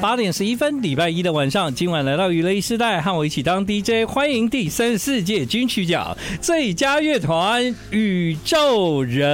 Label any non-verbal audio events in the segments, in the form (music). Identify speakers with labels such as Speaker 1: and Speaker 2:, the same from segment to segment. Speaker 1: 八点十一分，礼拜一的晚上，今晚来到娱乐一时代，和我一起当 DJ，欢迎第三十四届金曲奖最佳乐团宇宙人。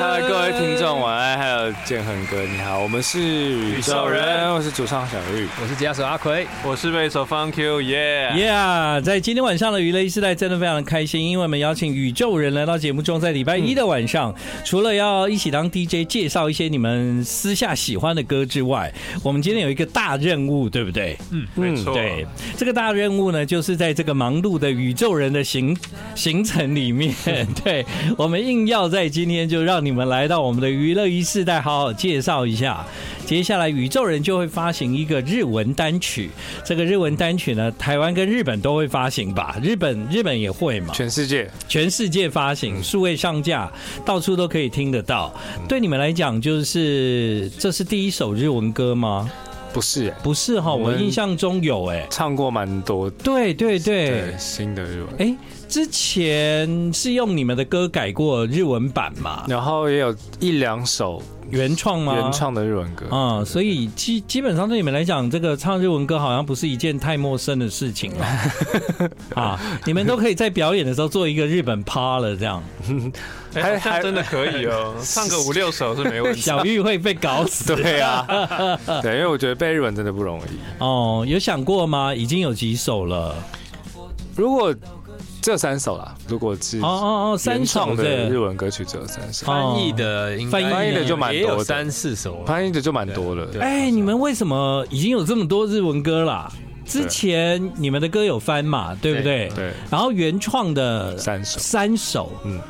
Speaker 2: 嗨，各位听众，晚安！还有建恒哥，你好，我们是宇宙人，我是主唱小玉，嗯
Speaker 3: 我是吉他手阿奎，
Speaker 4: 我是贝斯手方 Q 耶。
Speaker 1: Yeah，在今天晚上的娱乐一时代真的非常开心，因为我们邀请宇宙人来到节目中，在礼拜一的晚上，除了要一起当 DJ 介绍一些你们私下喜欢的歌之外，我们今天有一个大任务，对不对？
Speaker 4: 没错，
Speaker 1: 对，这个大任务呢，就是在这个忙碌的宇宙人的行行程里
Speaker 2: (laughs)
Speaker 1: 面，对我们硬要在今天就让你们来到我们的娱乐一世代，好好介绍一下。接下来宇宙人就会发行一个日文单曲，这个日文单曲呢，台湾跟日本都会发行吧？日本日本也会嘛？
Speaker 2: 全嗯世界
Speaker 1: 全世界发行，数位上架，到处都可以听得到。
Speaker 2: 嗯
Speaker 1: 对你们来讲，就是这是第一首日文歌吗？
Speaker 2: 不是
Speaker 1: 不是哈，
Speaker 2: 我
Speaker 1: 我
Speaker 2: 们
Speaker 1: 印象中有哎、
Speaker 2: 唱过蛮多
Speaker 1: 对对对
Speaker 2: 对，新的日文，
Speaker 1: 哎，之前是用你们的歌改过日文版嘛？
Speaker 2: 然后也有一两首
Speaker 1: 原创吗？
Speaker 2: 原。创的日文歌，
Speaker 1: 啊、所以基基本上对你们来讲，这个唱日文歌好像不是一件太陌生的事情
Speaker 2: (laughs)
Speaker 1: 了啊！你们都可以在表演的时候做一个日本趴了，这
Speaker 2: (laughs)
Speaker 1: 样
Speaker 4: 哎
Speaker 2: 还
Speaker 4: 好像
Speaker 2: 还
Speaker 4: 真的可以
Speaker 2: (laughs)
Speaker 4: 哦，唱个五六首是没问题。
Speaker 1: 小玉会被搞死
Speaker 2: 对啊，对，因为我觉得背日文真的不容易。
Speaker 1: 哦。有想过吗？已经有几首了？
Speaker 2: 如果这三首啦，如果是
Speaker 1: 哦哦哦，
Speaker 2: 原
Speaker 1: 三首
Speaker 2: 创的日
Speaker 1: 对。
Speaker 2: 文歌曲只有三首，
Speaker 3: 翻译的应该
Speaker 1: 哦翻译的就
Speaker 2: 蛮多的
Speaker 3: 也有三四首了。
Speaker 2: 翻译的就蛮多了。
Speaker 3: 对
Speaker 1: 哎，你们为什么已经有这么多日文歌啦？之前你们的歌有翻嘛，对不对？
Speaker 2: 对，
Speaker 1: 然后原创的
Speaker 2: 三首
Speaker 1: 三首，嗯
Speaker 2: 嗯，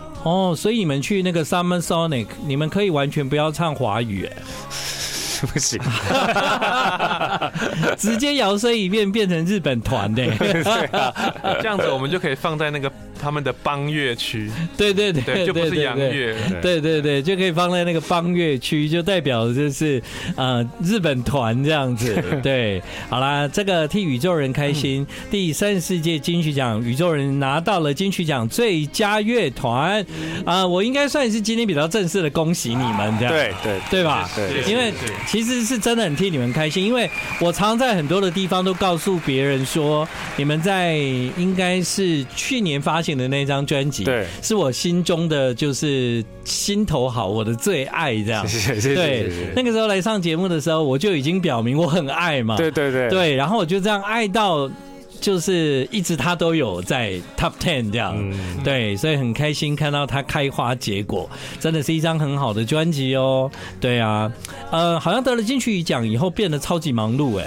Speaker 1: 哦，所以你们去那个 Summer Sonic，你们可以完全不要唱华语，
Speaker 2: (laughs)
Speaker 4: (laughs)
Speaker 2: 不行， (laughs)
Speaker 1: 哎直接摇身一变变成日本团的，哎
Speaker 4: (laughs) 这样子我们就可以放在那个他们的邦
Speaker 1: (laughs)
Speaker 4: 乐区，
Speaker 1: 对对对
Speaker 4: 对，就不是洋。乐了。
Speaker 1: 对对对对，就可以放在那个邦乐区，就代表就是呃日本团这样
Speaker 4: (laughs)
Speaker 1: 子。对，好啦，这个替宇宙人开
Speaker 4: 嗯
Speaker 1: 心。第三十四届金曲奖，宇宙人拿到了金曲奖最佳乐团啊、我应该算是今天比较正式的恭喜你们这样。
Speaker 2: 对对
Speaker 1: 对吧？
Speaker 2: 对
Speaker 1: 因为其实是真的很替你们开心，因为我常在很多的地方都告诉别人说，你们在应该是去年发行的那张专辑，
Speaker 2: (laughs) 对，
Speaker 1: 是我心中的就是心头好，我的最爱这样。
Speaker 2: (laughs) 谢谢谢谢
Speaker 1: 对
Speaker 2: 谢，谢
Speaker 1: 那个时候来上节目的时候，我就已经表明我很爱嘛，
Speaker 2: 对对对
Speaker 1: 对，然后我就这样爱到，就是一直他都有在 Top Ten 这样，
Speaker 2: 嗯
Speaker 1: 对，所以很开心看到他开花结果，真的是一张很好的专辑哦。对啊，呃，好像得了金曲奖以后变得超级忙碌哎、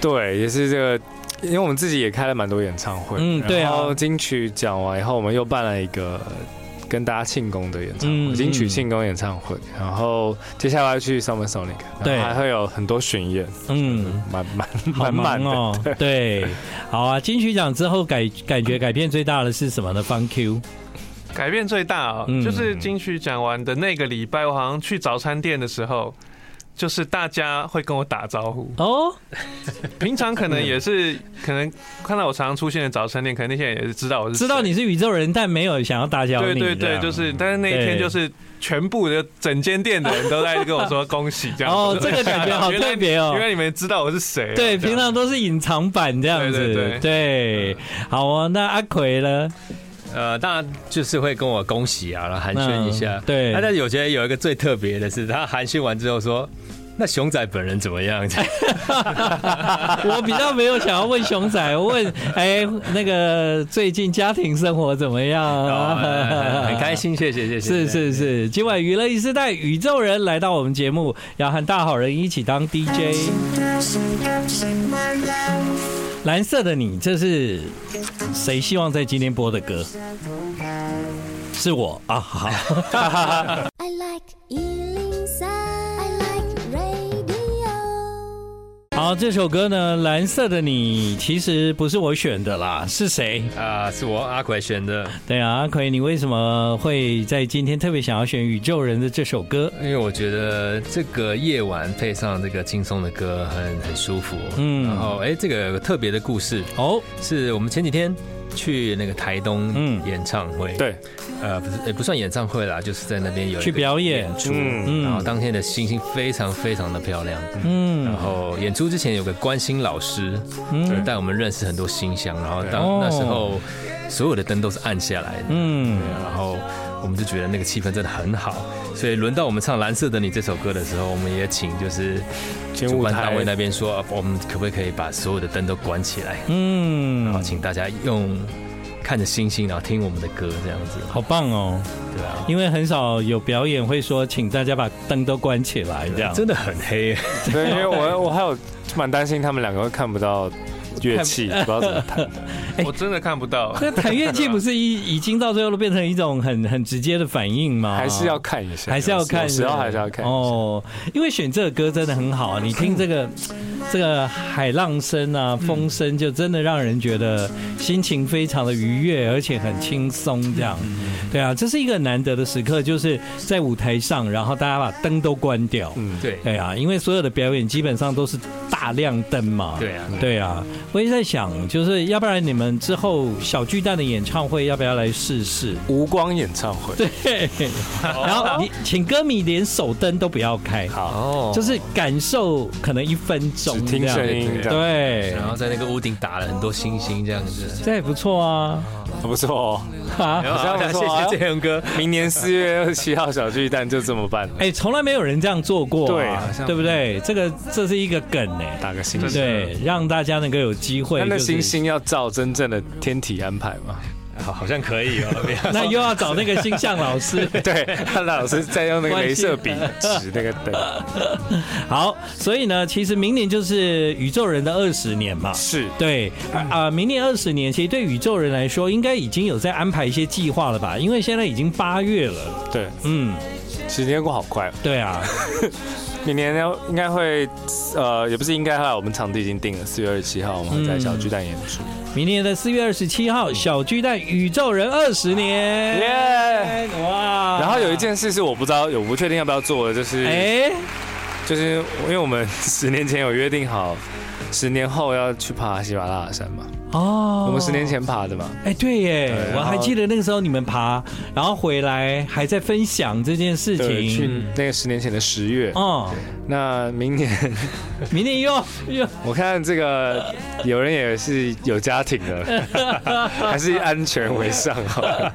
Speaker 2: 对，也是这个，因为我们自己也开了蛮多演唱会，
Speaker 1: 嗯对啊
Speaker 2: 然后金曲讲完以后，我们又办了一个跟大家庆功的演唱会，
Speaker 1: 嗯
Speaker 2: 金曲庆功演唱会，然后接下来要去 Summer Sonic，
Speaker 1: 对
Speaker 2: 然后还会有很多巡演，
Speaker 1: 嗯，
Speaker 2: 蛮蛮
Speaker 1: 好
Speaker 2: 蛮满
Speaker 1: 忙
Speaker 2: 的。
Speaker 1: 哦。
Speaker 4: (laughs)
Speaker 1: 对，好啊，金曲奖之后改感觉改变最大的是什么呢？方 Q，
Speaker 4: 改变最大哦，
Speaker 1: 嗯
Speaker 4: 就是金曲讲完的那个礼拜，我好像去早餐店的时候。就是大家会跟我打招
Speaker 1: (laughs)
Speaker 4: 呼，
Speaker 1: 哦，
Speaker 4: 平常可能也是可能看到我常常出现的早餐店，可能那些人也是知道我是
Speaker 1: 知道
Speaker 4: 谁
Speaker 1: 你是宇宙人，但没有想要打搅
Speaker 4: 对
Speaker 1: 你。啊
Speaker 4: 对
Speaker 1: 这
Speaker 4: 对，
Speaker 1: 样
Speaker 4: 就是，但是那一
Speaker 1: 对
Speaker 4: 天就是全部的整间店的人都在跟我说恭喜这样。
Speaker 1: 哦
Speaker 4: 我就
Speaker 1: 这个感觉好
Speaker 4: 原来
Speaker 1: 特别哦
Speaker 4: (laughs) 原来你们知道我是谁啊。
Speaker 1: 对，
Speaker 4: 这样
Speaker 1: 平常都是隐藏版这样子。
Speaker 4: 对对对
Speaker 1: 对好哦。那阿奎呢？
Speaker 3: 呃，当然就是会跟我恭喜啊，然后寒暄一下
Speaker 1: 嗯。对
Speaker 3: 啊但是我觉得有一个最特别的是，他寒暄完之后说。那熊仔本人怎
Speaker 1: (laughs)
Speaker 3: 么样？
Speaker 1: 我比较没有想要问熊仔，我问哎、那个最近家庭生活怎么样
Speaker 3: 哦
Speaker 1: (laughs)
Speaker 3: 很
Speaker 1: 啊？
Speaker 3: 很开。心，谢谢谢谢。
Speaker 1: 是是是，今晚娱乐一时代宇宙人来到我们节目，要和大好人一起当 DJ。蓝色的你，这是谁希望在今天播的歌？是我啊，好。
Speaker 5: I like Ealing Sound. I like radio.
Speaker 1: 好，这首歌呢，《蓝色的你》其实不是我选的啦，是谁？
Speaker 3: 啊、是我阿奎选的，
Speaker 1: 对啊，阿奎，你为什么会在今天特别想要选宇宙人的这首歌？
Speaker 3: 因为我觉得这个夜晚配上这个轻松的歌很很舒服。哦
Speaker 1: 嗯
Speaker 3: 嗯，然后哎、这个有个特别的故事
Speaker 1: 哦，
Speaker 3: 是我们前几天去那个台
Speaker 1: 嗯
Speaker 3: 东演唱会，，
Speaker 2: 对，
Speaker 3: 呃，不是也不算演唱会啦，就是在那边有一个
Speaker 1: 去表演
Speaker 3: 演
Speaker 2: (laughs)
Speaker 3: 出，
Speaker 2: 嗯
Speaker 3: 然后当天的星星非常非常的漂亮，然
Speaker 1: 嗯
Speaker 3: 后演出之前有个关心老师，
Speaker 1: 嗯
Speaker 3: 带我们认识很多星象，然后
Speaker 1: 哦
Speaker 3: 当那时候所有的灯都是暗下来的，
Speaker 1: 嗯，
Speaker 3: 然后我们就觉得那个气氛真的很好，所以轮到我们唱《蓝色的你》这首歌的时候，我们也请就是
Speaker 2: 请
Speaker 3: 主
Speaker 2: 舞
Speaker 3: 办
Speaker 2: 台
Speaker 3: 单位那边说，啊我们可不可以把所有的灯都关起来，然后
Speaker 1: 嗯，
Speaker 3: 请大家用看着星星，然后听我们的歌这样子，
Speaker 1: 好棒哦！
Speaker 3: 对啊。
Speaker 1: 因为很少有表演会说请大家把灯都关起来这样。
Speaker 3: 真的很黑，
Speaker 2: 对，因为我我还有蛮担心他们两个会看不到乐器，不知道
Speaker 1: (laughs)
Speaker 2: 怎么弹。
Speaker 4: 我真的看不到。
Speaker 1: 那弹乐器不是已已经到最后都变成一种很很直接的反应吗？
Speaker 2: 还是要看一下，
Speaker 1: 还是要看
Speaker 2: 有
Speaker 1: 的，
Speaker 2: 时候还是要看。哦，
Speaker 1: 哦。因为选这个歌真的很好啊，你听这个这个海浪声啊、风声，就真的让人觉得心情非常的愉悦，而且很轻松这样。对啊，这是一个难得的时刻，就是在舞台上，然后大家把灯都关掉。
Speaker 2: 嗯，
Speaker 3: 对
Speaker 1: 对啊，因为所有的表演基本上都是大亮灯嘛。
Speaker 3: 对啊，
Speaker 1: 对啊，我一直在想，就是要不然你们之后小巨蛋的演唱会要不要来试试？
Speaker 2: 无光演唱会，
Speaker 1: 对，然后你请歌迷连手灯都不要开，
Speaker 2: 好，
Speaker 3: 哦
Speaker 1: 就是感受可能一分
Speaker 2: 只
Speaker 1: 钟这
Speaker 2: 听
Speaker 1: 样。
Speaker 2: 声音，这样
Speaker 1: 对，
Speaker 3: 然后在那个屋顶打了很多星星这样子。
Speaker 1: 这也不错啊
Speaker 2: 不错哦。
Speaker 1: 啊！
Speaker 3: 好
Speaker 2: 像不错啊
Speaker 3: 谢谢建勇哥。
Speaker 2: 明年四月二十七号小巨蛋就这么办了，
Speaker 1: 哎，从来没有人这样做过
Speaker 2: 对
Speaker 1: 啊
Speaker 2: 好，像
Speaker 1: 对不对？这个这是一个梗哎，
Speaker 2: 打个星
Speaker 4: 真
Speaker 2: 星。
Speaker 4: 的
Speaker 1: 对，让大家能够有机会
Speaker 2: 那。那
Speaker 1: 就是
Speaker 2: 星星要照真正的天体安排
Speaker 1: (laughs)
Speaker 2: 嘛？
Speaker 3: (laughs) 好，好像可以哦。不要
Speaker 1: 那又要找那个星象老
Speaker 2: (laughs)
Speaker 1: 师。
Speaker 2: 对，他老师在用那个镭射笔指那个灯，
Speaker 1: 好，所以呢，其实明年就是宇宙人的二十年嘛。
Speaker 2: 是
Speaker 1: 对啊、啊明年二十年，其实对宇宙人来说，应该已经有在安排一些计划了吧？因为现在已经八月了，
Speaker 2: 对，
Speaker 1: 嗯，
Speaker 2: 时间过好快哦。
Speaker 1: 对
Speaker 2: (laughs)
Speaker 1: 啊，
Speaker 2: 明年要应该会，呃，也不是应该啦，我们场地已经定了，四月二十七号我们
Speaker 1: 嗯
Speaker 2: 会在小巨蛋演出。
Speaker 1: 明年的四月二十七号，小巨蛋宇宙人二十年，
Speaker 2: 耶
Speaker 1: 哇！
Speaker 2: 然后有一，件事是我不知道，我不确定要不要做的，就是，
Speaker 1: 啊哎、
Speaker 2: 就是因为我们十年前有约定好，十年后要去爬喜马拉雅山嘛，
Speaker 1: 哦，
Speaker 2: 我们十年，前爬的嘛，
Speaker 1: 哎、对耶
Speaker 2: 对然
Speaker 1: 我
Speaker 2: 后
Speaker 1: 还记得那个时候你们爬，然后回来还在分享这件事
Speaker 2: 对，去
Speaker 1: 情，
Speaker 2: 那个十年前的十月。
Speaker 1: 哦、
Speaker 2: 那明年
Speaker 1: 明年又又
Speaker 2: 我看这个有人也是有家庭
Speaker 1: (laughs)
Speaker 2: 的，还是以安全为上好了。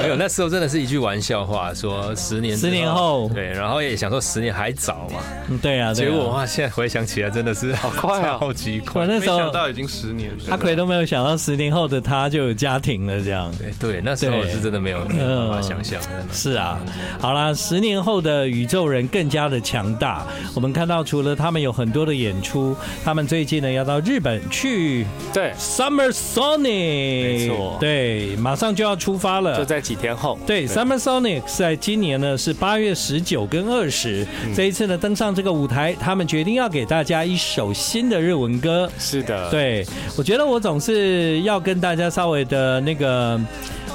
Speaker 3: 没有，那时候真的是一句玩笑话，说十年之
Speaker 1: 十年后
Speaker 3: 对，然后也想说十年还早嘛，
Speaker 1: 嗯对啊，对
Speaker 3: 结
Speaker 1: 啊
Speaker 3: 果哇，现在回想起来真的是好
Speaker 2: 快啊
Speaker 3: (laughs) 超级快
Speaker 1: 我。
Speaker 3: 哦
Speaker 1: 那
Speaker 4: 没
Speaker 1: 时候
Speaker 4: 想到已经十年了，
Speaker 1: 阿奎都没有想到十年后的他就有家庭了，这样。
Speaker 3: 对对，嗯那时候我是真的没有没有办法想象，真的
Speaker 1: 是啊，好啦，十年后的宇宙人更加的强大。我们看到，除了他们有很多的演出，他们最近呢要到日本去
Speaker 2: 对，
Speaker 1: Summer Sonic，没
Speaker 2: 错
Speaker 1: 对，马上就要出发
Speaker 2: (laughs) 就
Speaker 1: 了。
Speaker 2: 在几天后。
Speaker 1: 对，Summer Sonic 在今年呢是八月十九跟二十、
Speaker 2: 嗯
Speaker 1: 这一次呢登上这个舞台，他们决定要给大家一首新的日文歌。
Speaker 2: 是的，
Speaker 1: 对，我觉得我总是要跟大家稍微的那个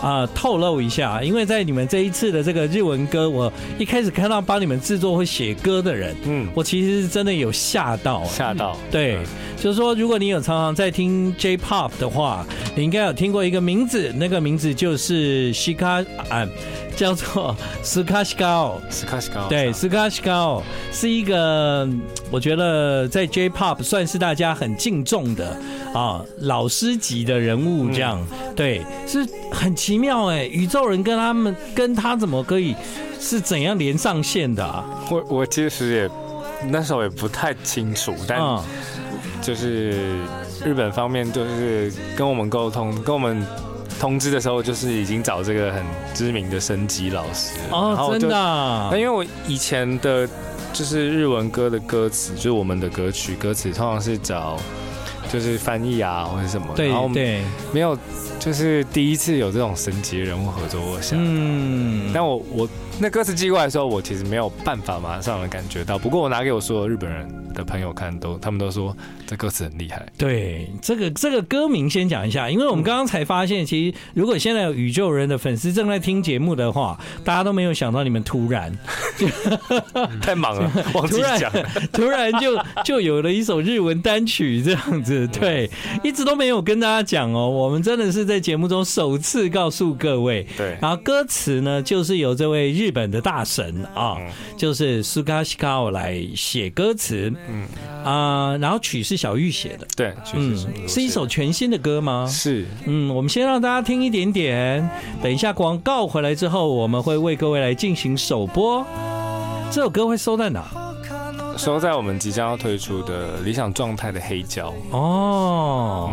Speaker 1: 啊、透露一下，因为在你们这一次的这个日文歌，我一开始看到帮你们制作或写歌的人，
Speaker 2: 嗯，
Speaker 1: 我其实是真的有吓到。
Speaker 2: 吓到。嗯
Speaker 1: 对，就是说，如果你有常常在听 J-pop 的话，你应该有听过一个名字，那个名字就是西卡啊，叫做斯卡西卡奥。
Speaker 2: 斯卡斯卡，
Speaker 1: 对 s k a s h o 哦是一个嗯我觉得在 J-pop 算是大家很敬重的啊老师级的人物，这样、
Speaker 2: 嗯
Speaker 1: 对是很奇妙哎、宇宙人跟他们跟他怎么可以是怎样连上线的啊？
Speaker 2: 我我其实也那时候也不太清楚，但
Speaker 1: 嗯
Speaker 2: 就是日本方面就是跟我们沟通，跟我们。通知的时候，就是已经找这个很知名的升级老师然后
Speaker 1: 哦，
Speaker 2: 我就哎
Speaker 1: 真的啊、
Speaker 2: 那因为我以前的，就是日文歌的歌词，就是我们的歌曲歌词，通常是找就是翻译啊或者什么，
Speaker 1: 对
Speaker 2: 然后我们
Speaker 1: 对，
Speaker 2: 没有，就是第一次有这种神级人物合作，我想。
Speaker 1: 嗯，
Speaker 2: 但我我那歌词寄过来的时候，我其实没有办法马上能感觉到。不过我拿给我所有日本人的朋友看，都他们都说这歌词很厉害。
Speaker 1: 对，这个这个歌名先讲一下，因为我们刚刚才发现，其实如果现在有宇宙人的粉丝正在听节目的话，大家都没有想到你们突然
Speaker 2: (laughs) 太忙了，忘记
Speaker 1: 嗯突然
Speaker 2: 讲。
Speaker 1: (laughs) 突然就就有 (laughs) 了一首日文单曲这样子，对，一直都没有跟大家讲哦。我们真的是在在节目中首次告诉各位。
Speaker 2: 对
Speaker 1: 然后歌词呢，就是由这位日本的大神啊，就是苏卡西卡奥来写歌词。嗯啊、然后曲是小玉写的，
Speaker 2: 对，确实是如
Speaker 1: 嗯，
Speaker 2: 此
Speaker 1: 是一首全新的歌吗？
Speaker 2: 是
Speaker 1: 嗯，我们先让大家听一点点，等一下广告回来之后，我们会为各位来进行首播。这首歌会收在哪？
Speaker 2: 收在我们即将要推出的《理想状态》的黑胶。
Speaker 1: 哦，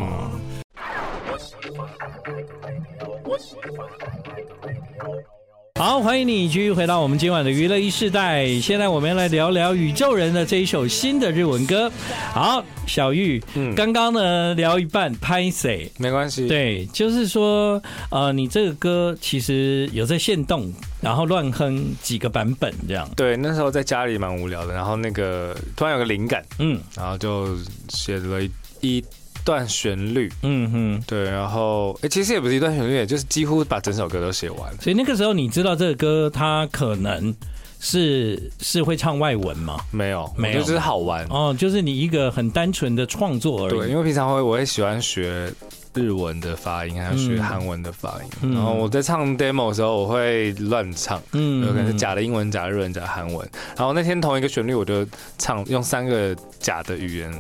Speaker 1: 好，欢迎你继续回到我们今晚的娱乐一世代。现在我们要来聊聊宇宙人的这一首新的日文歌。好，小玉，
Speaker 2: 嗯
Speaker 1: 刚刚呢聊一半，拍谁？
Speaker 2: 没关系，，
Speaker 1: 对，就是说，呃，你这个歌其实有在现动，然后乱哼几个版本这样。
Speaker 2: 对，那时候在家里蛮无聊的，然后那个突然有个灵感，
Speaker 1: 嗯
Speaker 2: 然后就写了一一段旋律，
Speaker 1: 嗯哼。
Speaker 2: 对，然后诶，其实也不是一段旋律，就是几乎把整首歌都写完了。
Speaker 1: 所以那个时候你知道这个歌它可能是是会唱外文嘛？
Speaker 2: 没有，
Speaker 1: 没有
Speaker 2: 我就只是好玩。
Speaker 1: 哦，就是你一个很单纯的创作而
Speaker 2: 对，
Speaker 1: 已。
Speaker 2: 因为平常会我会喜欢学日文的发音，还有学
Speaker 1: 嗯
Speaker 2: 韩文的发音。
Speaker 1: 嗯
Speaker 2: 然后我在唱 demo 的时候，我会乱唱，
Speaker 1: 嗯
Speaker 2: 有可能是假的英文、假的日文、假的韩文。然后那天同一个旋律，我就唱用三个假的语言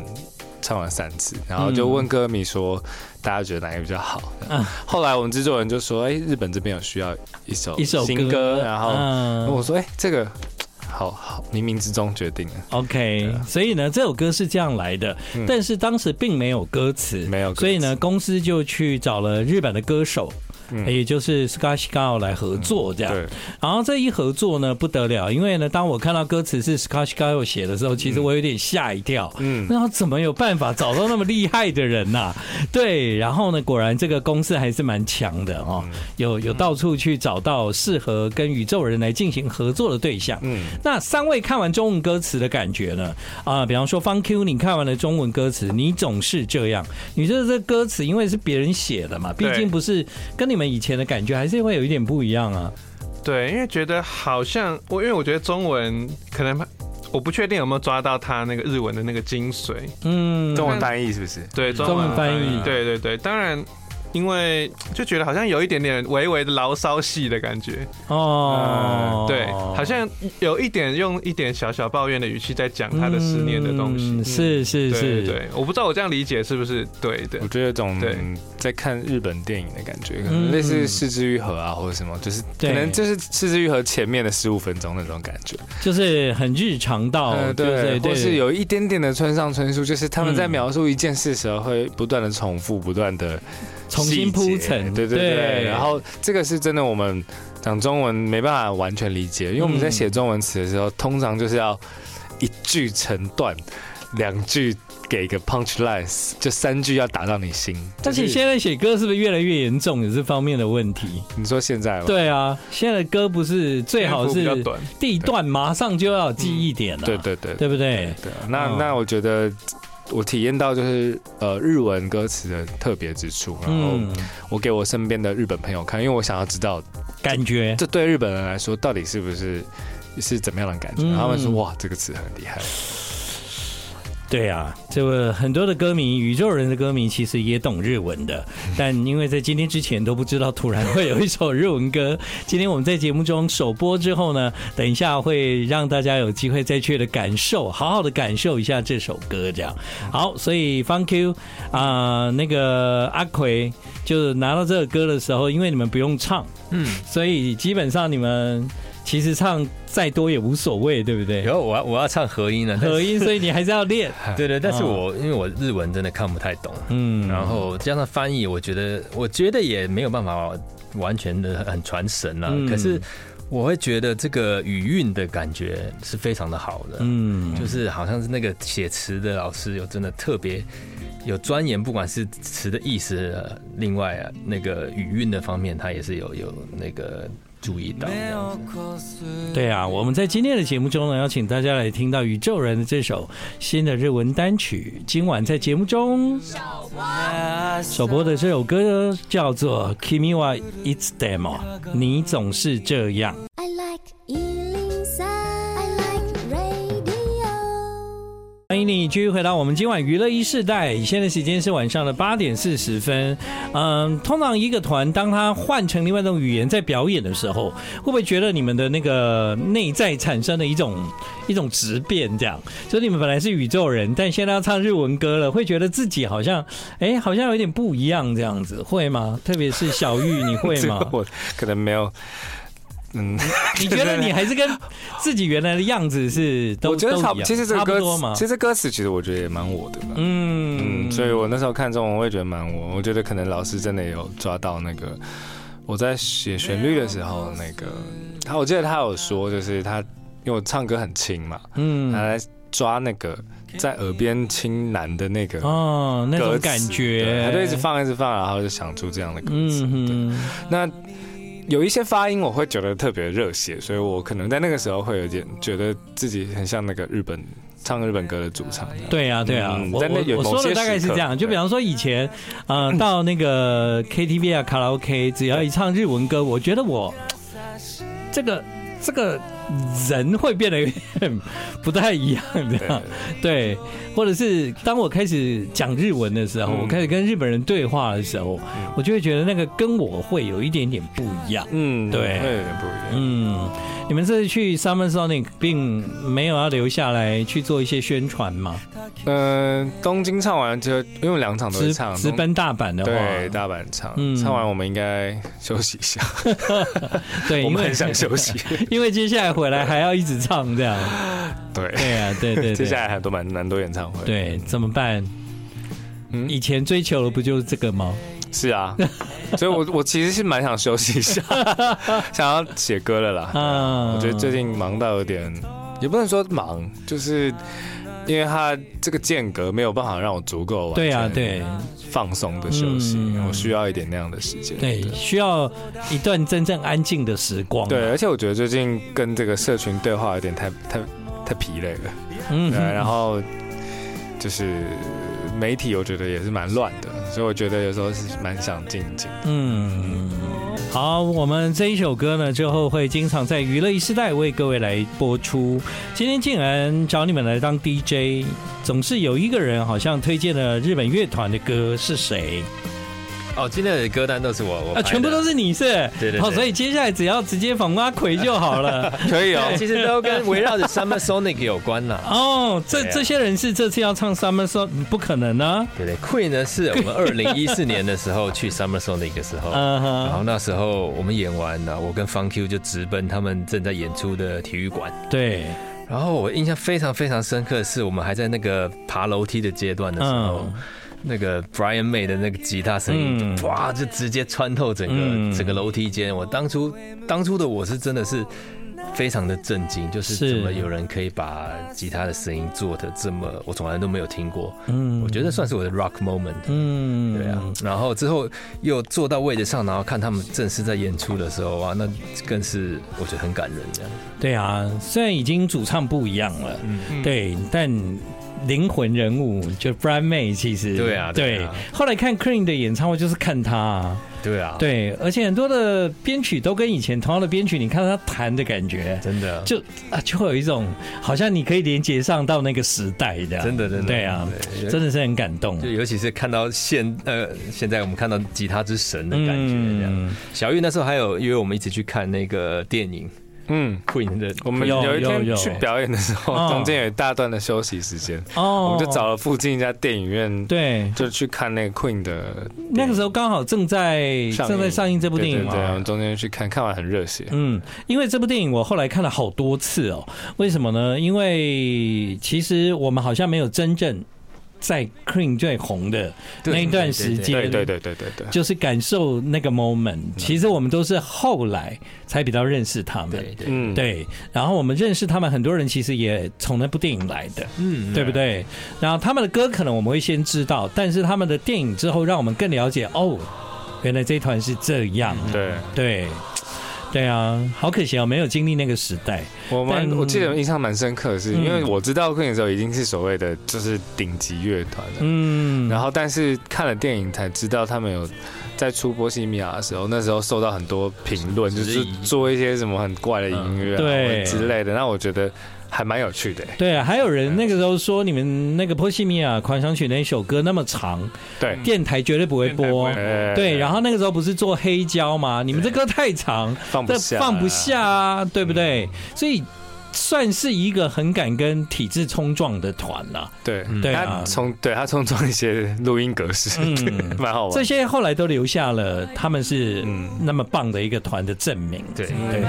Speaker 2: 唱完三次，然后就问歌迷说，大家觉得哪个比较好？
Speaker 1: 嗯
Speaker 2: (laughs) 后来我们制作人就说，哎、日本这边有需要一首
Speaker 1: 一首
Speaker 2: 新歌，然后、
Speaker 1: 嗯
Speaker 2: 我说，哎、这个好好，冥冥之中决定了。
Speaker 1: OK，所
Speaker 2: 啊
Speaker 1: 以呢，这首歌是这样来的，但是当时并没有歌词，
Speaker 2: 嗯没有歌词
Speaker 1: 所以呢，公司就去找了日本的歌手，
Speaker 2: 嗯
Speaker 1: 也就是 s k a s h i k a o 来合作这样。
Speaker 2: 对，
Speaker 1: 然后这一合作呢，不得了，因为呢，当我看到歌词是 s k a s h i k a o 写的时候，其实我有点吓一跳。
Speaker 2: 嗯，
Speaker 1: 那他怎么有办法找到那么厉害的人呐、 (laughs) 对，然后呢，果然这个公司还是蛮强的哦，
Speaker 2: 嗯
Speaker 1: 有有到处去找到适合跟宇宙人来进行合作的对象。
Speaker 2: 嗯，
Speaker 1: 那三位看完中文歌词的感觉呢？啊、比方说方 Q，你看完了中文歌词，你总是这样，你觉得这歌词因为是别人写的嘛，毕
Speaker 4: 对
Speaker 1: 竟不是跟你们以前的感觉，还是会有一点不一样啊。
Speaker 4: 对，因为觉得好像我，因为我觉得中文可能我不确定有没有抓到他那个日文的那个精髓。
Speaker 1: 嗯，
Speaker 2: 中文翻译是不是？
Speaker 4: 对，中
Speaker 1: 中文翻译
Speaker 4: 对对对，当然。因为就觉得好像有一点点微微的牢骚系的感觉，
Speaker 1: 哦、
Speaker 4: 嗯对，好像有一点用一点小小抱怨的语气在讲他的思念的东西。
Speaker 1: 嗯是是
Speaker 4: 对
Speaker 1: 是，
Speaker 4: 对，我不知道我这样理解是不是对的
Speaker 2: 我。觉得有种
Speaker 4: 对
Speaker 2: 在看日本电影的感觉，可
Speaker 1: 嗯
Speaker 2: 能类似《失之愈合》啊，或者什么，就是可
Speaker 1: 对
Speaker 2: 能就是《失之愈合》前面的十五分钟那种感觉。
Speaker 1: 就是很日常到，
Speaker 4: 嗯
Speaker 2: 呃
Speaker 1: 对对
Speaker 2: 或
Speaker 1: 对，
Speaker 2: 是有一点点的村上春树，就是他们在
Speaker 1: 嗯
Speaker 2: 描述一件事时候会不断的重复，不断的
Speaker 1: 重新铺陈，
Speaker 2: 对对对。然后这个是真的，我们讲中文没办法完全理解，因为我们在
Speaker 1: 嗯
Speaker 2: 写中文词的时候，通常就是要一句成段，两句给个 punch line，就三句要打到你心。
Speaker 1: 而且
Speaker 2: 就是
Speaker 1: 现在写歌是不是越来越严重？有这方面的问题。
Speaker 2: 你说现在吗？
Speaker 1: 对啊，现在的歌不是最好
Speaker 4: 哦篇幅比
Speaker 1: 是
Speaker 4: 较短，
Speaker 1: 地段马上就要有记忆点了、
Speaker 2: 对对对
Speaker 1: 对不对？
Speaker 2: 对啊，那
Speaker 1: 嗯
Speaker 2: 那我觉得我体验到就是呃日文歌词的特别之处，然后
Speaker 1: 嗯，
Speaker 2: 我给我身边的日本朋友看，因为我想要知道
Speaker 1: 感觉
Speaker 2: 这对日本人来说到底是不是是怎么样的感觉，
Speaker 1: 嗯
Speaker 2: 然后他们说哇这个词很厉害，
Speaker 1: 对啊，这个很多的歌迷，宇宙人的歌迷其实也懂日文 (laughs) 的，但因为在今天之前都不知道突然会有一首日文歌。 (laughs) 今天我们在节目中首播之后呢，等一下会让大家有机会再去的感受，好好的感受一下这首歌，这样。好，所以 Fun Q 啊、那个阿奎就拿到这个歌的时候，因为你们不用唱，嗯，所以基本上你们其实唱再多也无所谓，对不对？
Speaker 3: 然后我要我要唱合嗯音了，但是
Speaker 1: 合音，所以你还是要练。
Speaker 3: 对对，但是我因为我日文真的看不太懂，
Speaker 1: 嗯，
Speaker 3: 然后加上翻译，我觉得我觉得也没有办法完全的很传神啊。
Speaker 1: 嗯
Speaker 3: 可是我会觉得这个语韵的感觉是非常的好的，
Speaker 1: 嗯，
Speaker 3: 就是好像是那个写词的老师有真的特别有钻研，不管是词的意思，呃另外啊那个语韵的方面，他也是有有那个注意到这样子。
Speaker 1: 对啊，我们在今天的节目中呢，邀请大家来听到宇宙人的这首新的日文单曲。今晚在节目中首播的这首歌叫做《Kimi wa It's Demo》，你总是这样。
Speaker 5: I like Ealing Sound. I like radio.
Speaker 1: 欢欢迎你继续回到我们今晚娱乐一世代，现在时间是晚上的八点四十分。嗯，通常一个团当他换成另外一种语言在表演的时候，会不会觉得你们的那个内在产生了一种一种质变？这样，就是你们本来是宇宙人，但现在要唱日文歌了，会觉得自己好像，哎、好像有点不一样这样子，会
Speaker 2: (laughs)
Speaker 1: 吗？特别是小玉，你会
Speaker 2: 这个
Speaker 1: 吗？
Speaker 2: 我可能没有，嗯，
Speaker 1: 你觉得你还是跟自己原来的样子是都
Speaker 2: 我觉得
Speaker 1: 都
Speaker 2: 差
Speaker 1: 一
Speaker 2: 不，
Speaker 1: 样
Speaker 2: 其实这个
Speaker 1: 差不
Speaker 2: 歌
Speaker 1: 多嘛
Speaker 2: 词，其实歌词其实我觉得也蛮我的吧。
Speaker 1: 嗯
Speaker 2: 嗯，所以我那时候看中文，我也觉得蛮我，我觉得可能老师真的有抓到那个我在写旋律的时候，那个他我记得他有说，就是他因为我唱歌很轻嘛，
Speaker 1: 嗯
Speaker 2: 他在抓那个在耳边轻喃的那个
Speaker 1: 哦，那
Speaker 2: 歌
Speaker 1: 种
Speaker 2: 词
Speaker 1: 感
Speaker 2: 对
Speaker 1: 觉，
Speaker 2: 他就一直放一直放，然后就想出这样的歌词。对
Speaker 1: 嗯哼，
Speaker 2: 那有一些发音我会觉得特别热血，所以我可能在那个时候会有点觉得自己很像那个日本唱日本歌的主唱这样。
Speaker 1: 对啊，对啊，
Speaker 2: 嗯
Speaker 1: 我
Speaker 2: 在那
Speaker 1: 我
Speaker 2: 有
Speaker 1: 我
Speaker 2: 某
Speaker 1: 说
Speaker 2: 些
Speaker 1: 的大概是
Speaker 2: 时刻
Speaker 1: 这样，就比
Speaker 2: 对
Speaker 1: 方说以前，
Speaker 2: (laughs)
Speaker 1: 呃，到那个 KTV 啊、卡拉 OK，只要一唱日文歌，我觉得我这个这个人会变得有点 (laughs) 不太一样这 (laughs) 样，对，或者是当我开始讲日文的时候，
Speaker 2: 嗯
Speaker 1: 我开始跟日本人对话的时候
Speaker 2: 嗯，
Speaker 1: 我就会觉得那个跟我会有一点点不一样。
Speaker 2: 嗯，
Speaker 1: 对
Speaker 2: 会有点不一样。
Speaker 1: 嗯，你们这次去 Summer Sonic 并没有要留下来去做一些宣传嘛？
Speaker 2: 嗯，东京唱完之后，因为我两场都
Speaker 1: 直
Speaker 2: 会唱，
Speaker 1: 直
Speaker 2: 东
Speaker 1: 奔大阪的话，
Speaker 2: 对大阪唱，
Speaker 1: 嗯
Speaker 2: 唱完我们应该休息一下，
Speaker 1: 对，
Speaker 2: 我
Speaker 1: 因
Speaker 2: 们
Speaker 1: 为
Speaker 2: 很想休息。
Speaker 1: (laughs) 因为接下来回来还要一直唱这样。
Speaker 2: 对，
Speaker 1: 对啊，对对
Speaker 2: 接
Speaker 1: 对
Speaker 2: 下，来还有多蛮蛮多演唱会。
Speaker 1: 对，怎么办？
Speaker 2: 嗯
Speaker 1: 以前追求的不就是这个吗？
Speaker 2: 是
Speaker 1: (laughs)
Speaker 2: 啊，所以我我其实是蛮想休息一下，想要写歌了啦。
Speaker 1: 啊，
Speaker 2: 我觉得最近忙到有点，也不能说忙，就是因为它这个间隔没有办法让我足够完
Speaker 1: 对啊，
Speaker 2: 全
Speaker 1: 对
Speaker 2: 放松的休息，
Speaker 1: 嗯
Speaker 2: 我需要一点那样的时间。
Speaker 1: 对，需要一段真正安静的时光。啊
Speaker 2: 对，，而且我觉得最近跟这个社群对话有点太太太疲累了，
Speaker 1: 嗯
Speaker 2: 对，然后就是媒体我觉得也是蛮乱的，所以我觉得有时候是蛮想静一静。
Speaker 1: 嗯，好，我们这一首歌呢，之后会经常在娱乐一时代为各位来播出。今天竟然找你们来当 DJ，总是有一个人好像推荐了日本乐团的歌，是谁？
Speaker 3: 哦，今天的歌单都是我我
Speaker 1: 啊，全部都
Speaker 3: 是，
Speaker 1: 是你是？
Speaker 3: 对对对
Speaker 1: 好，所以接下来只要直接仿阿奎就好
Speaker 3: (laughs)
Speaker 1: 了。
Speaker 2: 可以哦，
Speaker 3: 对，其实都跟围绕着 Summer Sonic 有关啦。
Speaker 1: 哦，这、
Speaker 3: 对啊
Speaker 1: 这些人是这次要唱 Summer Song，不可能啊。
Speaker 3: 对对，Queen 呢是
Speaker 1: (laughs)
Speaker 3: 我们二零一四年的时候去 Summer Sonic 的时候，
Speaker 1: 嗯
Speaker 3: 然后
Speaker 1: 哼，
Speaker 3: 那时候我们演完了，我跟方 Q 就直奔他们正在演出的体育馆。
Speaker 1: 对，
Speaker 3: 然后我印象非常非常深刻的是，我们还在那个爬楼梯的阶段的时候，
Speaker 1: 嗯
Speaker 3: 那个 Brian May 的那个吉他声音，
Speaker 1: 嗯
Speaker 3: 哇，就直接穿透整个、
Speaker 1: 嗯
Speaker 3: 整个楼梯间。我当初当初的我是真的是非常的震惊，就是
Speaker 1: 是
Speaker 3: 怎么有人可以把吉他的声音做的这么，我从来都没有听过。
Speaker 1: 嗯，
Speaker 3: 我觉得算是我的 rock moment。
Speaker 1: 嗯，
Speaker 3: 对啊，然后之后又坐到位置上，然后看他们正式在演出的时候，哇，那更是我觉得很感人这样。
Speaker 1: 对啊，虽然已经主唱不一样了，
Speaker 4: 嗯
Speaker 1: 对，但灵魂人物就 Brian May 其实
Speaker 3: 对啊
Speaker 1: 对
Speaker 3: 对啊
Speaker 1: 后来看 Queen 的演唱会就是看他啊，
Speaker 3: 对啊，，
Speaker 1: 对，而且很多的编曲都跟以前同样的编曲，你看他弹的感觉，
Speaker 3: 真的
Speaker 1: 就啊就会有一种好像你可以连接上到那个时代的，
Speaker 3: 真的真的
Speaker 1: 对啊，
Speaker 3: 对
Speaker 1: 真的是很感动
Speaker 3: 就。尤其是看到现呃，现在我们看到吉他之神的感觉这样。
Speaker 1: 嗯
Speaker 3: 小玉那时候还有约我们一起去看那个电影
Speaker 2: 嗯。
Speaker 3: Queen 的，
Speaker 2: 我们
Speaker 1: 有
Speaker 2: 有一
Speaker 1: 有
Speaker 2: 天去
Speaker 1: 有
Speaker 2: 表演的时
Speaker 1: 嗯
Speaker 2: 候，中间有一大段的休息时间，
Speaker 1: 哦，
Speaker 2: 我们就找了附近一家电影院，
Speaker 1: 对，
Speaker 2: 就去看那个 Queen 的
Speaker 1: 那个时候刚好正在
Speaker 2: 上映
Speaker 1: 正在上映这部
Speaker 2: 对
Speaker 1: 电影
Speaker 2: 对
Speaker 1: 嘛，
Speaker 2: 对，我们中间去看看完很热血。
Speaker 1: 嗯，因为这部电影我后来看了好多次哦，为什么呢？因为其实我们好像没有真正在 Queen 最红的那一段时间，
Speaker 2: 对对对嗯对对对，
Speaker 1: 就是感受那个 moment。其实我们都是后来才比较认识他们，
Speaker 3: 对对，
Speaker 2: 嗯，
Speaker 1: 对。然后我们认识他们，很多人其实也从那部电影来的，
Speaker 3: 嗯
Speaker 1: 对不对？然后他们的歌可能我们会先知道，但是他们的电影之后，让我们更了解哦，原来这一团是这样。
Speaker 2: 对，
Speaker 1: 对，对啊，好可惜哦，没有经历那个时代。
Speaker 2: 我蛮
Speaker 1: 但
Speaker 2: 我记得印象蛮深刻的是，
Speaker 1: 嗯
Speaker 2: 因为我知道 Queen 的时候已经是所谓的就是顶级乐团了，
Speaker 1: 嗯，
Speaker 2: 然后但是看了电影才知道他们有在出波西米亚的时候，那时候受到很多评论，就
Speaker 3: 质疑
Speaker 2: 是做一些什么很怪的音乐
Speaker 1: 嗯
Speaker 2: 啊或
Speaker 1: 对
Speaker 2: 者之类的，那我觉得。还蛮有趣
Speaker 1: (laughs)
Speaker 2: 的、
Speaker 1: 对啊，还有人那个时候说你们那个波西米亚狂想曲那首歌那么长，
Speaker 2: 对，
Speaker 1: 电台绝对不会播。
Speaker 4: 电台不会
Speaker 2: 呃
Speaker 1: 对，然后那个时候不是做黑胶嘛？你们这歌太长，
Speaker 2: 放不
Speaker 1: 这
Speaker 2: 下，
Speaker 1: 放不下啊，对不对？所以算是一个很敢跟体制冲撞的团了、
Speaker 2: 对，
Speaker 1: 对啊
Speaker 2: 他从对他从装一些录音格式，
Speaker 1: 嗯
Speaker 2: (laughs) 蛮好玩。
Speaker 1: 这些后来都留下了他们是
Speaker 2: 嗯
Speaker 1: 那么棒的一个团的证明。
Speaker 3: 对
Speaker 1: 对，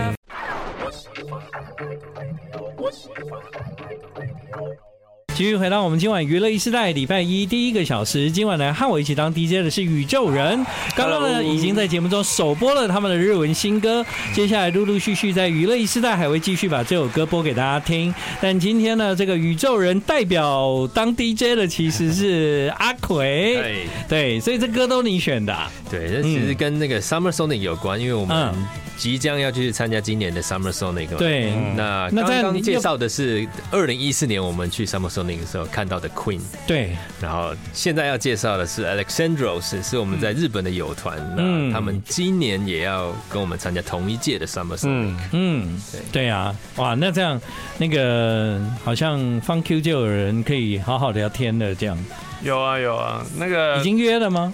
Speaker 1: 继续回到我们今晚娱乐一时代礼拜一第一个小时，今晚来和我一起当 DJ 的是宇宙人。刚刚呢
Speaker 2: Hello 嗯
Speaker 1: 已经在节目中首播了他们的日文新歌，接下来陆陆续续在娱乐一时代还会继续把这首歌播给大家听。但今天呢，这个宇宙人代表当 DJ 的其实是阿奎。
Speaker 2: 哎
Speaker 3: 对
Speaker 1: 对，所以这歌都你选的啊、
Speaker 3: 哎对，这其实跟那个 Summer Sonic 有关，因为我们
Speaker 1: 嗯
Speaker 3: 即将要去参加今年的 Summer Sonic 嘛。
Speaker 1: 对，
Speaker 4: 嗯
Speaker 1: 嗯
Speaker 3: 那
Speaker 1: 那
Speaker 3: 刚
Speaker 1: 在
Speaker 3: 刚介绍的是二零一四年我们去 Summer Sonic 的时候看到的 Queen，
Speaker 1: 对，
Speaker 3: 然后现在要介绍的是 Alexandros，是我们在日本的友团，
Speaker 1: 嗯
Speaker 3: 那他们今年也要跟我们参加同一届的 Summer Sonic。
Speaker 2: 嗯，
Speaker 1: 嗯，对啊，哇，那这样那个好像放 Q 就有人可以好好聊天了，这样
Speaker 4: 有啊有啊，那个
Speaker 1: 已经约了吗？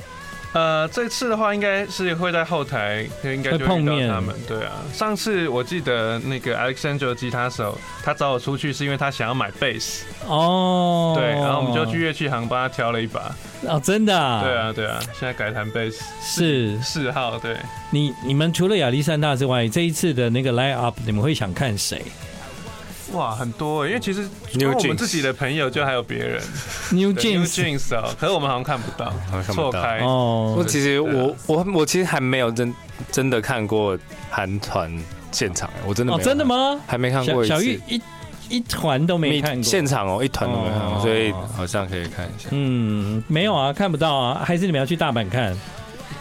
Speaker 4: 呃，这次的话应该是会在后台，应该就
Speaker 1: 会
Speaker 4: 会
Speaker 1: 碰
Speaker 4: 碰
Speaker 1: 面
Speaker 4: 面他们。对啊，上次我记得那个 Alexander 的吉他手，他找我出去是因为他想要买贝斯，
Speaker 1: 哦，
Speaker 4: 对，然后我们就去乐器行帮他挑了一把。
Speaker 1: 哦，真的、啊，
Speaker 4: 对，啊对啊，现在改弹贝斯
Speaker 1: 是
Speaker 4: 四号，对，
Speaker 1: 你你们除了亚历山大之外，这一次的那个 line up 你们会想看谁
Speaker 4: 哇，很多欸，因为其实
Speaker 2: New
Speaker 4: 光我
Speaker 2: Jeans
Speaker 4: 们自己的朋友就还有别人
Speaker 1: ？New
Speaker 4: 对 New
Speaker 1: Jeans，
Speaker 4: Jeans 哦，可是我们好像看不到
Speaker 2: 好像，看不
Speaker 4: 错
Speaker 2: 到
Speaker 4: 开。
Speaker 2: 我
Speaker 1: 哦，
Speaker 2: 其实
Speaker 4: 对
Speaker 2: 我我我其实还没有真真的看过韩团现场，我真的
Speaker 1: 哦，
Speaker 2: 没有
Speaker 1: 真的？吗？
Speaker 2: 还没看
Speaker 1: 小
Speaker 2: 过一
Speaker 1: 小
Speaker 2: 次
Speaker 1: 玉。一一团都没看过，
Speaker 2: 现场哦，一团都没看
Speaker 1: 哦
Speaker 2: 过，所以好像可以看一下。
Speaker 1: 嗯，没有啊，看不到啊，还是你们要去大阪看？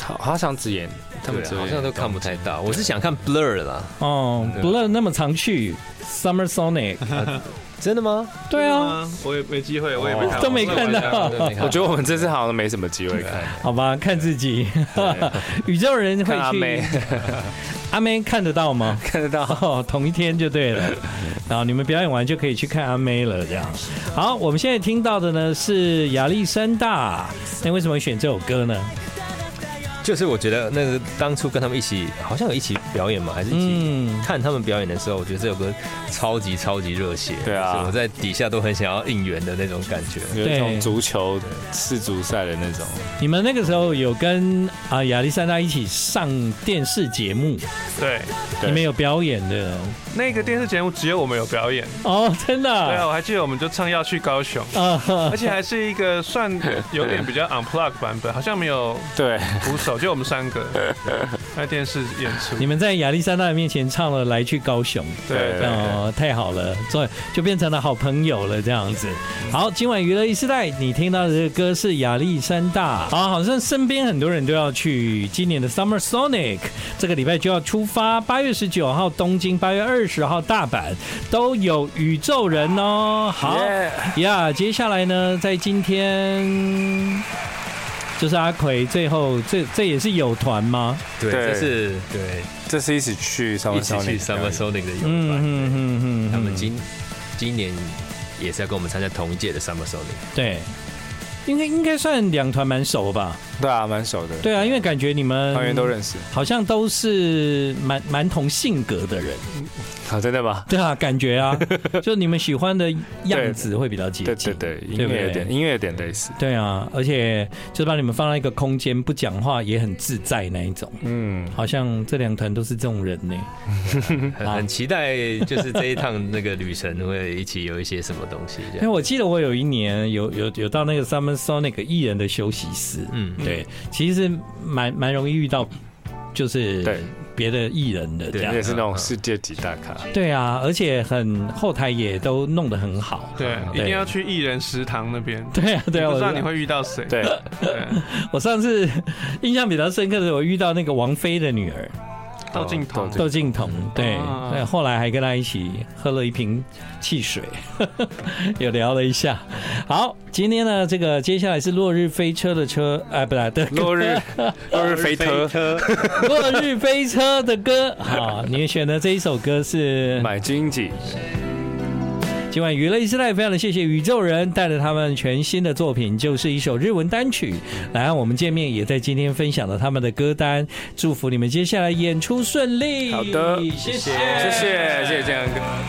Speaker 2: 好，好像只演他们
Speaker 3: 对
Speaker 2: 只
Speaker 3: 啊，好像都看不太
Speaker 2: 到。
Speaker 3: 到。我是想看 Blur 啦，
Speaker 1: 哦，
Speaker 3: 对
Speaker 1: 不论那么常去 Summer
Speaker 2: (laughs)
Speaker 1: Sonic，啊
Speaker 3: 真的吗？
Speaker 1: 对啊，哦
Speaker 4: 嗯，我也没机会，我也没看，
Speaker 1: 都没
Speaker 4: 我
Speaker 1: 看
Speaker 4: 也
Speaker 1: 到
Speaker 4: 过
Speaker 3: 我
Speaker 2: 我觉得我们这次好像没什么机会看。
Speaker 1: 好吧，看自己。 (laughs) 宇宙人会去
Speaker 2: 看阿妹
Speaker 1: (laughs) 阿妹看得到吗？
Speaker 2: 看得到，
Speaker 1: 哦，同一天就对了。然后你们表演完就可以去看阿妹了，这样。好，我们现在听到的呢是亚历山大。那为什么会选这首歌呢？
Speaker 3: 就是我觉得那个当初跟他们一起，好像有一起表演嘛，还是一起
Speaker 1: 嗯，
Speaker 3: 看他们表演的时候，我觉得这首歌超级超级热血，
Speaker 2: 对啊
Speaker 3: 就是我在底下都很想要应援的那种感觉。
Speaker 2: 有一种足球世足赛的那种。
Speaker 1: 你们那个时候有跟啊亚历山大一起上电视节目，
Speaker 4: 对，
Speaker 2: 对
Speaker 1: 你们有表演的
Speaker 4: 那个电视节目只有我们有表演。
Speaker 1: 哦，真的
Speaker 4: 对啊，
Speaker 1: 啊。
Speaker 4: 我还记得我们就唱要去高雄，
Speaker 1: 啊
Speaker 4: (laughs) 而且还是一个算有点比较 unplug 版本，好像没有
Speaker 2: 对，
Speaker 4: 鼓手，就我们三个在电视演出。
Speaker 1: 你们在亚历山大的面前唱了《来去高雄》，
Speaker 4: 对
Speaker 2: 对
Speaker 4: 对
Speaker 1: 哦，太好了，所以就变成了好朋友了这样子。
Speaker 4: 嗯
Speaker 1: 好，今晚娱乐一时代，你听到的这个歌是亚历山大。啊，好像身边很多人都要去今年的 Summer Sonic，这个礼拜就要出发，八月十九号东京，八月二十号大阪，都有宇宙人哦。好呀接下来呢，在今天。就是阿奎，最后这这也是有团吗？
Speaker 3: 对，
Speaker 2: 对
Speaker 3: 这是对
Speaker 2: 这是一起去上
Speaker 3: 一起去 Summer Sonic 的友团，
Speaker 1: 嗯嗯
Speaker 3: 他们今今年也是要跟我们参加同一届的 Summer Sonic。
Speaker 1: 对，应该应该算两团蛮熟吧？
Speaker 2: 对啊，蛮熟的，
Speaker 1: 对啊，因为感觉你们
Speaker 2: 团员都认识。
Speaker 1: 好像都是蛮蛮同性格的人，
Speaker 2: 好，真的吗？
Speaker 1: 对啊，感觉
Speaker 2: (laughs)
Speaker 1: 啊，就你们喜欢的样子会比较接
Speaker 2: 对
Speaker 1: 近
Speaker 2: 对。对，
Speaker 1: 对
Speaker 2: 音
Speaker 1: 不
Speaker 2: 乐有
Speaker 1: 对
Speaker 2: 点音乐有点类似。
Speaker 1: 对啊，而且就把你们放在一个空间不讲话也很自在那一种，
Speaker 2: 嗯，
Speaker 1: 好像这两团都是这种人呢。
Speaker 3: 很
Speaker 1: 好
Speaker 3: 很期待，就是这一趟那个旅程会一起有一些什么东西这
Speaker 1: (laughs) 因为
Speaker 3: 样。
Speaker 1: 哎我记得我有一年有有有到那个 Summer Sonic 艺人的休息室，
Speaker 3: 嗯，
Speaker 1: 对，其实蛮蛮容易遇到就是
Speaker 2: 对
Speaker 1: 别的艺人的这
Speaker 3: 对
Speaker 1: 样
Speaker 2: 也。是那种世界级大咖。
Speaker 1: 对啊，而且很后台也都弄得很好。
Speaker 4: 对，一
Speaker 1: 对
Speaker 4: 定要去艺人食堂那边。
Speaker 1: (laughs) 对啊，对啊，
Speaker 4: 不
Speaker 1: 我
Speaker 4: 知道你会遇到谁。
Speaker 2: 对，
Speaker 4: 对，
Speaker 1: 我上次印象比较深刻的，是我遇到那个王菲的女儿
Speaker 4: 窦靖童
Speaker 2: 窦靖
Speaker 1: 窦靖童，对，
Speaker 4: 啊
Speaker 1: 对后来还跟她一起喝了一瓶汽水， (laughs) 有聊了一下。好，今天呢，这个接下来是落日飞车的车，哎、不对，的歌
Speaker 2: 落日落日飞车，
Speaker 1: (laughs) 落日飞车的歌。好，你选的这一首歌是
Speaker 2: 买经济
Speaker 1: 今晚娱乐一时代非常的谢谢宇宙人带着他们全新的作品，就是一首日文单曲来和我们见面，也在今天分享了他们的歌单，祝福你们接下来演出顺利。
Speaker 2: 好的
Speaker 1: 谢谢，
Speaker 2: 谢谢，谢谢建安哥。